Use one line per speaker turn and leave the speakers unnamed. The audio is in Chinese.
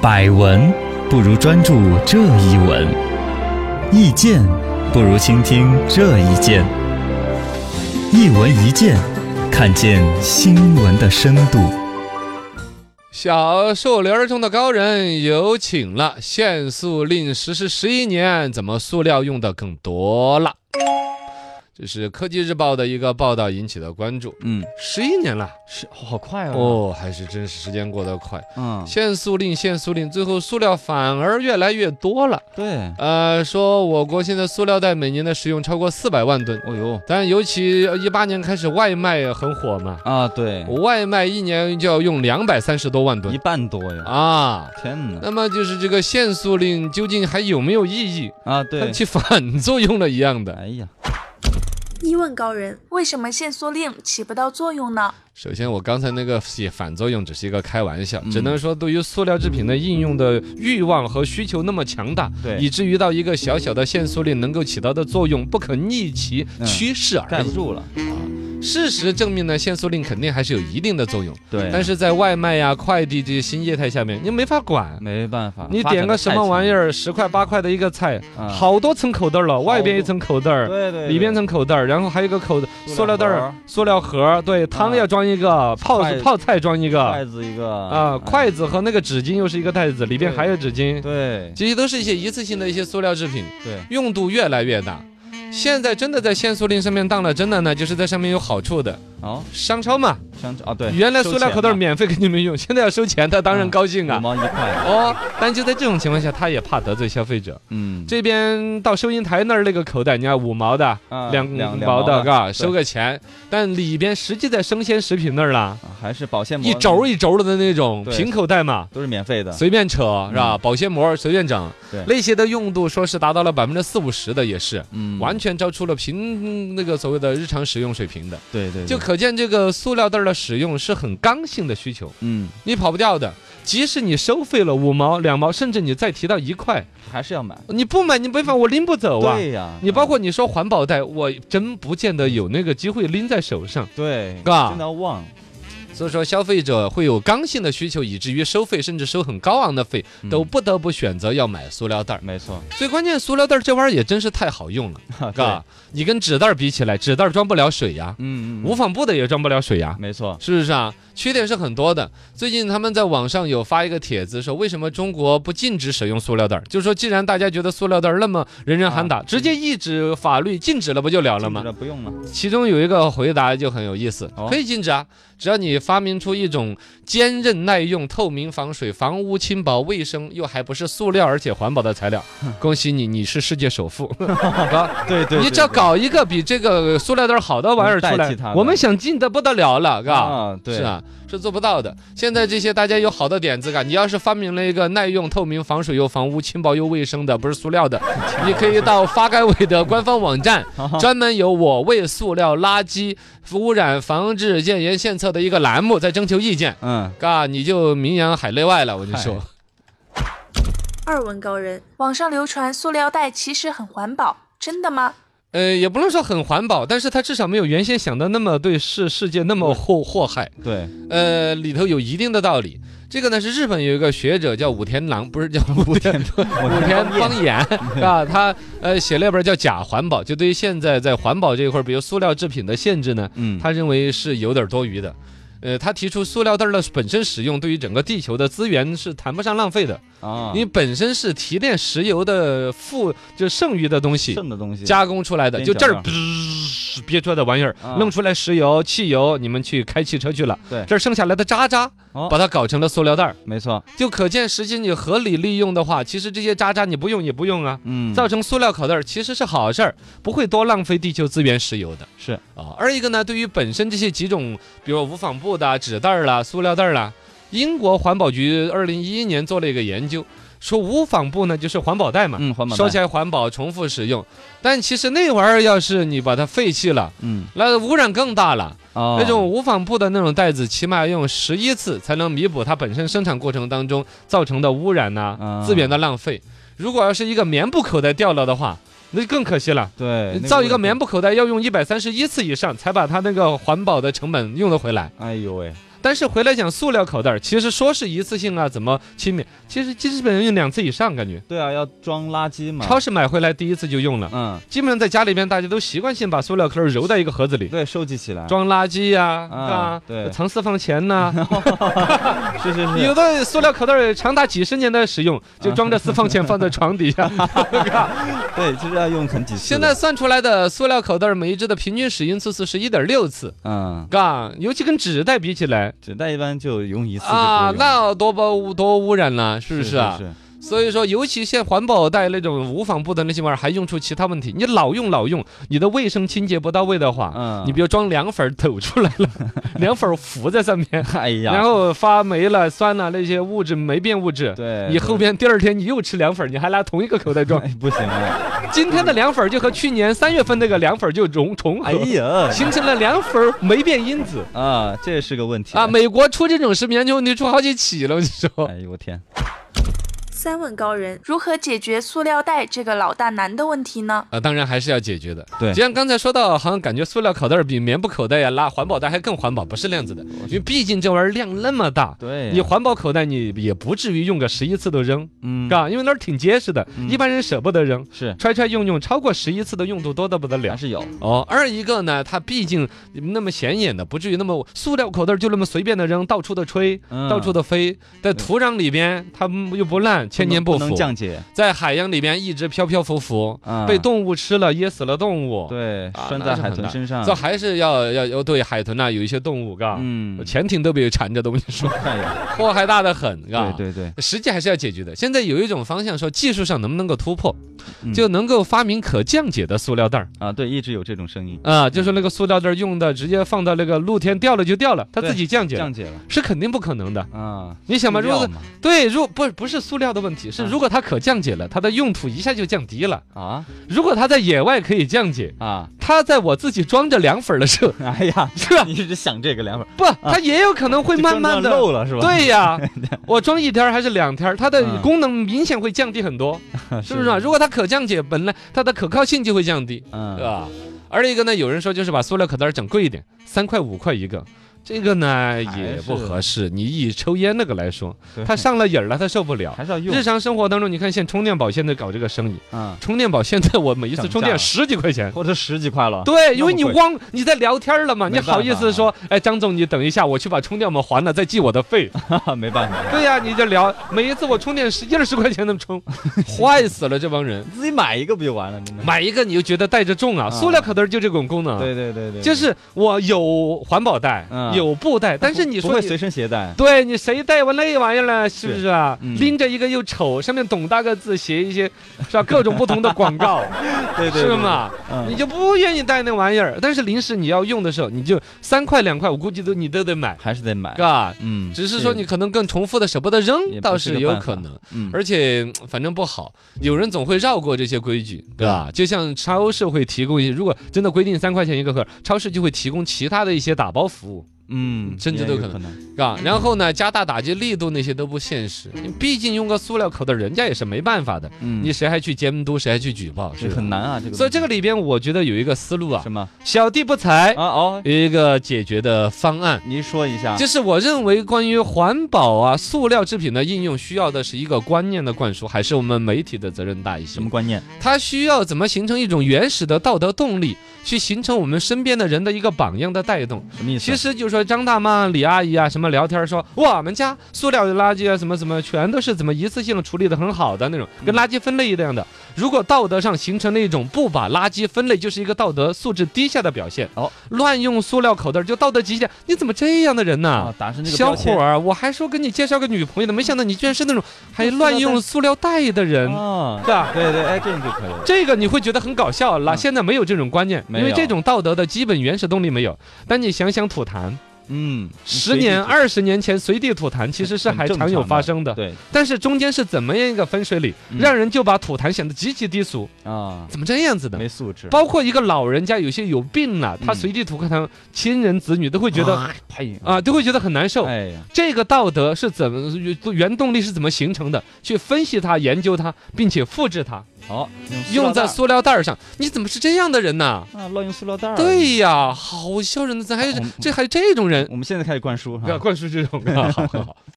百闻不如专注这一闻，意见不如倾听这一见。一闻一见，看见新闻的深度。
小树林儿中的高人有请了，限塑令实施十一年，怎么塑料用的更多了？这是科技日报的一个报道引起的关注。
嗯，
十一年了，
是好快哦。
哦，还是真是时间过得快。
嗯，
限塑令，限塑令，最后塑料反而越来越多了。
对，
呃，说我国现在塑料袋每年的使用超过四百万吨，
哦呦，
但尤其呃一八年开始外卖很火嘛，
啊，对，
外卖一年就要用两百三十多万
一
吨
半多呀。
啊。
天哪！
那么就是这个限塑令究竟还有没有意义？它
啊，对，
起反作用了一样 的。
哎呀，
一问高人，为什么限塑令起不到作用呢？
首先，我刚才那个写反作用只是一个开玩笑，
嗯
只能说对于塑料制品的应用的欲望和需求那么强大，
对
以至于到一个小小的限塑令能够起到的作用不可逆其
嗯
趋势
盖
而
不
已。
住了。
事实证明呢，限塑令肯定还是有一定的作用，
对，
但是在外卖呀、快递这些新业态下面，你没法管。
没办法，
你点个什么玩意
儿？
儿，十块八块的一个菜，
啊
嗯好多层口袋儿了，外边一
好多
层口袋儿，
对对，
里边
怎
层口袋儿，然后还有一个口袋塑料袋儿
盒、嗯
塑料盒儿，对，汤要装一个，泡
筷
泡菜装一
筷
个，
子一个
啊，
哎
筷子和那个纸巾又是一个袋子，里边
对
还有纸巾，
对
这些都是一些一次性的一些塑料制品，
对，
用度越来越大。现在真的在限塑令上面当了真的呢，就是在上面有好处的
哦，
商超嘛，
香肠啊，对，
原来塑料口袋儿
收钱嘛
免费给你们用，现在要收钱，他当然
嗯
高兴
五
啊。
毛一块，
哦，但就在这种情况下，他也怕得罪消费者。
嗯，
这边到收银台那儿那个口袋，你看五毛的，
啊
两
两
毛的，嘎，收
对
个钱，但里边实际在生鲜食品那儿啦，
啊还是保鲜膜，
一轴一轴的那种
对
平口袋嘛，
都是免费的，
随便扯是吧？保鲜膜随便整
对，
那些的用度说是达到了百分之四五十的，也是
嗯，
完全超出了平那个所谓的日常使用水平的，
对对，对
就可见这个塑料袋儿的使用是很刚性的需求，
嗯，
你跑不掉的。即使你收费了五毛、两毛，甚至你再提到一块，
还是要买，
你不买你没法，我拎不走啊。
对呀，
你包括你说环保袋，我真不见得有那个机会拎在手上。
对，
嘎
真的要忘，
所以说，消费者会有刚性的需求，以至于收费甚至收很高昂的费，
嗯
都不得不选择要买塑料袋儿。
没错，
最关键，塑料袋儿这玩意儿也真是太好用了，
对
嘎，你跟纸袋儿比起来，纸袋儿装不了水呀，
嗯，嗯
无
嗯，
纺布的也装不了水呀。
没错，
是不是啊？缺点是很多的。最近他们在网上有发一个帖子，说为什么中国不禁止使用塑料袋儿？就说既然大家觉得塑料袋儿那么人人喊打，
啊
直接一纸法律禁止了不就了了
禁
吗
止？了不用了，
其中有一个回答就很有意思，
哦
可以禁止啊，只要你发明出一种坚韧耐用、透明防水、房屋轻薄、卫生又还不是塑料而且环保的材 料，恭喜你，你是世界首富。啊
对对，
你
对
只要
对
搞一个比这个塑料袋儿好的玩意儿出
能代
来
替它，的
我们想禁的不得了了，嘎。
啊，对，
是啊，是做不到的。现在这些大家有好的点子感，你要是发明了一个耐用、透明、防水又防污、轻薄又卫生的，不是塑料 的，你可以到发改委的官方网站，专门有“我为塑料垃圾污染防治建言献策”的一个栏目，在征求意见。
嗯，
嘎，你就名扬海内外了，我就说
嗨。
二问高人，网上流传塑料袋其实很环保，真的吗？
呃，也不能说很环保，但是它至少没有原先想的那么对世世界那么祸祸害。
对，
呃，里头有一定的道理。这个呢是日本有一个学者叫武田郎，不是叫武田
我
古田方言啊，他呃写了一本叫《假环保》，就对于现在在环保这一块儿，比如塑料制品的限制呢，
嗯，
他认为是有点儿多余的。呃，他提出塑料袋儿的本身使用对于整个地球的资源是谈不上浪费的，
啊，
你本身是提炼石油的负就剩余的东西
剩的东西
加工出来的，
边
就这
角
儿
料
噗憋出来的玩意儿
啊，
弄出来石油、汽油，你们去开汽车去了，
对
这儿剩下来的渣渣
哦，
把它搞成了塑料袋儿。
没错，
就可见，实际你合理利用的话，其实这些渣渣你不用也不用啊，
嗯，
造成塑料口袋儿其实是好事儿，不会多浪费地球资源石油的
是
啊。二一个呢，对于本身这些几种，比如无纺布的啊、纸袋儿啦、塑料袋儿啦，英国环保局二零一一年做了一个研究，说无纺布呢就是环保袋嘛，
嗯，环保
说
袋
起来环保、重复使用，但其实那玩意儿要是你把它废弃了，
嗯，
那污染更大了。
哦，
那种无纺布的那种袋子，起码要用十一次才能弥补它本身生产过程当中造成的污染呐、
啊
资源的浪费。如果要是一个棉布口袋掉了的话，那就更可惜了。
对，那
造一个
味道
棉，布口袋要用一百三十一次以上才把它那个环保的成本用得回来。
哎呦喂，
但是回来讲塑料口袋儿，其实说是一次性啊，怎么轻免，其实基本上用两次以上，感觉
对啊，要装垃圾嘛。
超市买回来第一次就用了。
嗯，
基本上在家里边，大家都习惯性把塑料壳儿揉在一个盒子里，
对，收集起来。
装垃圾呀、啊，
啊对
藏私房钱 呐、
是是是，
有的塑料口袋儿长达几十年的使
啊
用，就装着私房钱放在床底 下。
对，就是要用很几次
现
的。
在算出来的塑料口袋儿每一只的平均使用次数是一点六次，
嗯，
嘎，尤其跟纸袋比起来
纸袋一般就用一次就不
啊，
用了
那多不多污染了，是不
是
是啊？
是
所以说，尤其现环保袋那种无纺布的那些玩意儿，还用出其他问题。你老用老用，你的卫生清洁不到位的话，
嗯
你比如装凉粉儿抖出来了，凉粉儿浮在上面，
哎 呀，
然后发霉了、酸了那些物质霉变物质。
对
你后边
边
第二天你又吃凉粉儿，你还拿同一个口袋 装。
不行了，
今天的凉粉儿就和去年三月份那个凉粉儿就重重合
哎，呀
形成了凉粉儿霉变因子
啊，这是个问题
啊！美国出这种食品安全问题出好几起了，我跟你说。
哎呦我天，
三问高人如何解决塑料袋这个老大难的问题呢？
啊，当然还是要解决的。
对
就像刚才说到，好像感觉塑料口袋儿比棉布口袋呀、拉环保袋还更环保，不是那样子的。因为毕竟这玩意儿量那么大，
哎对呀
你环保口袋你也不至于用个十一次都扔，
嗯，
嘎、因为那儿挺结实的，一般人舍不得扔，
是
揣揣用用，超过十一次的用途多得不得了
还。是有，
哦，二一个呢，它毕竟那么显眼的，不至于那么塑料口袋儿就那么随便的扔，到处的吹，
嗯
到处的飞，在土壤里边它又不烂，千年
不
不
能
腐
能，降解，
在海洋里边一直漂漂浮浮，
嗯
被动物吃了噎死了动物，
对，
啊
拴
那
在
是
海
很
豚
大
身上
这，还是要要要对海豚呐、有一些动物，嘎，
嗯，
潜艇都被缠着的，我跟你说，
哎呀，
祸害大的很，嘎。
对对对，
实际还是要解决的。现在有一种方向说，技术上能不能够突破，
嗯
就能够发明可降解的塑料袋儿
啊，对，一直有这种声音，
啊，就是那个塑料袋儿用的，直接放到那个露天掉了就掉了，它
对
自己降解了，
降解了
是肯定不可能的。
啊，
你想嘛，如
塑料
果
嘛
对，如不不是塑料的问题，是
啊
如果它可降解了，它的用途一下就降低了。
啊
如果它在野外可以降解，
啊，
它在我自己装着凉粉儿的时候，
哎呀，
是吧？
你一直想这个凉粉儿，
不，它也有可能会
啊就
慢
装到
慢的
漏了是吧？
对 呀，我装一天儿还是两天儿，它的
嗯
功能明显会降低很多，
对，
是不是啊？如果它可降解，本来它的可靠性就会降低，对
嗯，
吧？而一个呢，有人说就是把塑料口袋儿整贵一点，三块五块一个。这个呢也不合适，你以抽烟那个来 说，
对
它上了瘾儿了，它受不了。
还是要用
日，常生活当中，你看现在充电宝现在搞这个生意，
嗯，
充电宝现在我每一次
涨
充
价
电
了
十几块 钱，
或者十几块了，
对，因为你
那么贵
忘你在聊天了嘛，你
没办
好意思
法
说，哎，张总，你等一下，我去把充电宝还了，再记我的 费。
哈哈，没办法，
对呀、你就聊，每一次我充电十一二十块钱那么 充，坏死了这帮人。
自己买一个不就完了？真的，
买一个你就觉得带着重啊，
啊
塑料口袋儿就这种功能啊，
对对对对，
就是我有环保袋，
嗯
有布袋，但是
不
你
不
说
会
你
随。身携带，
对你谁带我那玩意儿了，是不是啊？
嗯
拎着一个又丑，上面董大个字写一些，是吧？各种不同的广告，
对对，
是
对？
吗？
嗯
你就不愿意带那玩意儿，但是临时你要用的时候，你就三块两块，我估计都你都得买，
还是得买
是，吧？
嗯，
只是说你可能更重复的舍不得扔，
也不
倒
是
是
个
有
办
可
法
能。
嗯，
而且嗯反正不好，有人总会绕过这些规矩，对吧？就像超市会提供一些，如果真的规定三块钱一个盒，超市就会提供其他的一些打包服务，
嗯，
甚至
也
都
有
可
可能，
是吧？然后呢，加大打击力度那些都不现实，毕竟用个塑料口袋，人家也是没办法的，
嗯，
你谁还去监督，谁还去举报，是
是
吧
很难。啊，这个，
所以这个里边，我觉得有一个思路啊，
什么
小弟不才
啊哦，
有一个解决的方案。
您说一下，
就是我认为关于环保啊、塑料制品的应用，需要的是一个观念的灌输，还是我们媒体的责任大一些
什么。观念？
它需要怎么形成一种原始的道德动力，去形成我们身边的人的一个榜样的带动。
什么意思？
其实就说张大妈、李阿姨啊，什么聊天说我们家塑料垃圾啊，什么什么，全都是怎么一次性的处理的很好的那种，跟垃圾分类一样的。如果道德上形成了一种不把垃圾分类，就是一个道德素质低下的表现。
哦，
乱用塑料口袋就道德极限，你怎么这样的人呢、
啊，打上这个
小
标签
伙儿，我还说跟你介绍个女朋友呢，没想到你居然是那种还乱用塑料袋的人，
啊，
是吧？
对对，哎，这样就可以了，
这个你会觉得很搞笑啦，
嗯
现在没有这种观念，
没
因
有
为这种道德的基本原始动力没有。但你想想吐痰，
嗯，
十年、
二
二十年前随地吐痰其实是还常有发生的，
对
但是中间是怎么样一个分水岭，
嗯
让人就把吐痰显得极其低俗？
啊，
怎么这样子的？
没素质，
包括一个老人家，有些有病了，他
嗯
随地吐个痰，亲人子女都会觉得
呸
啊，都会觉得很难受。
哎呀，
这个道德是怎么原动力是怎么形成的？去分析它、研究它，并且复制它。
好，
用在
塑
塑料袋儿上。你怎么是这样的人呢？
料袋儿啊，乱用塑料袋儿。，
对呀，好笑人的，咱还有这
嗯
这还有这种人，
我们现在开始灌输
不要
哈。
嗯灌输这种啊，好好好。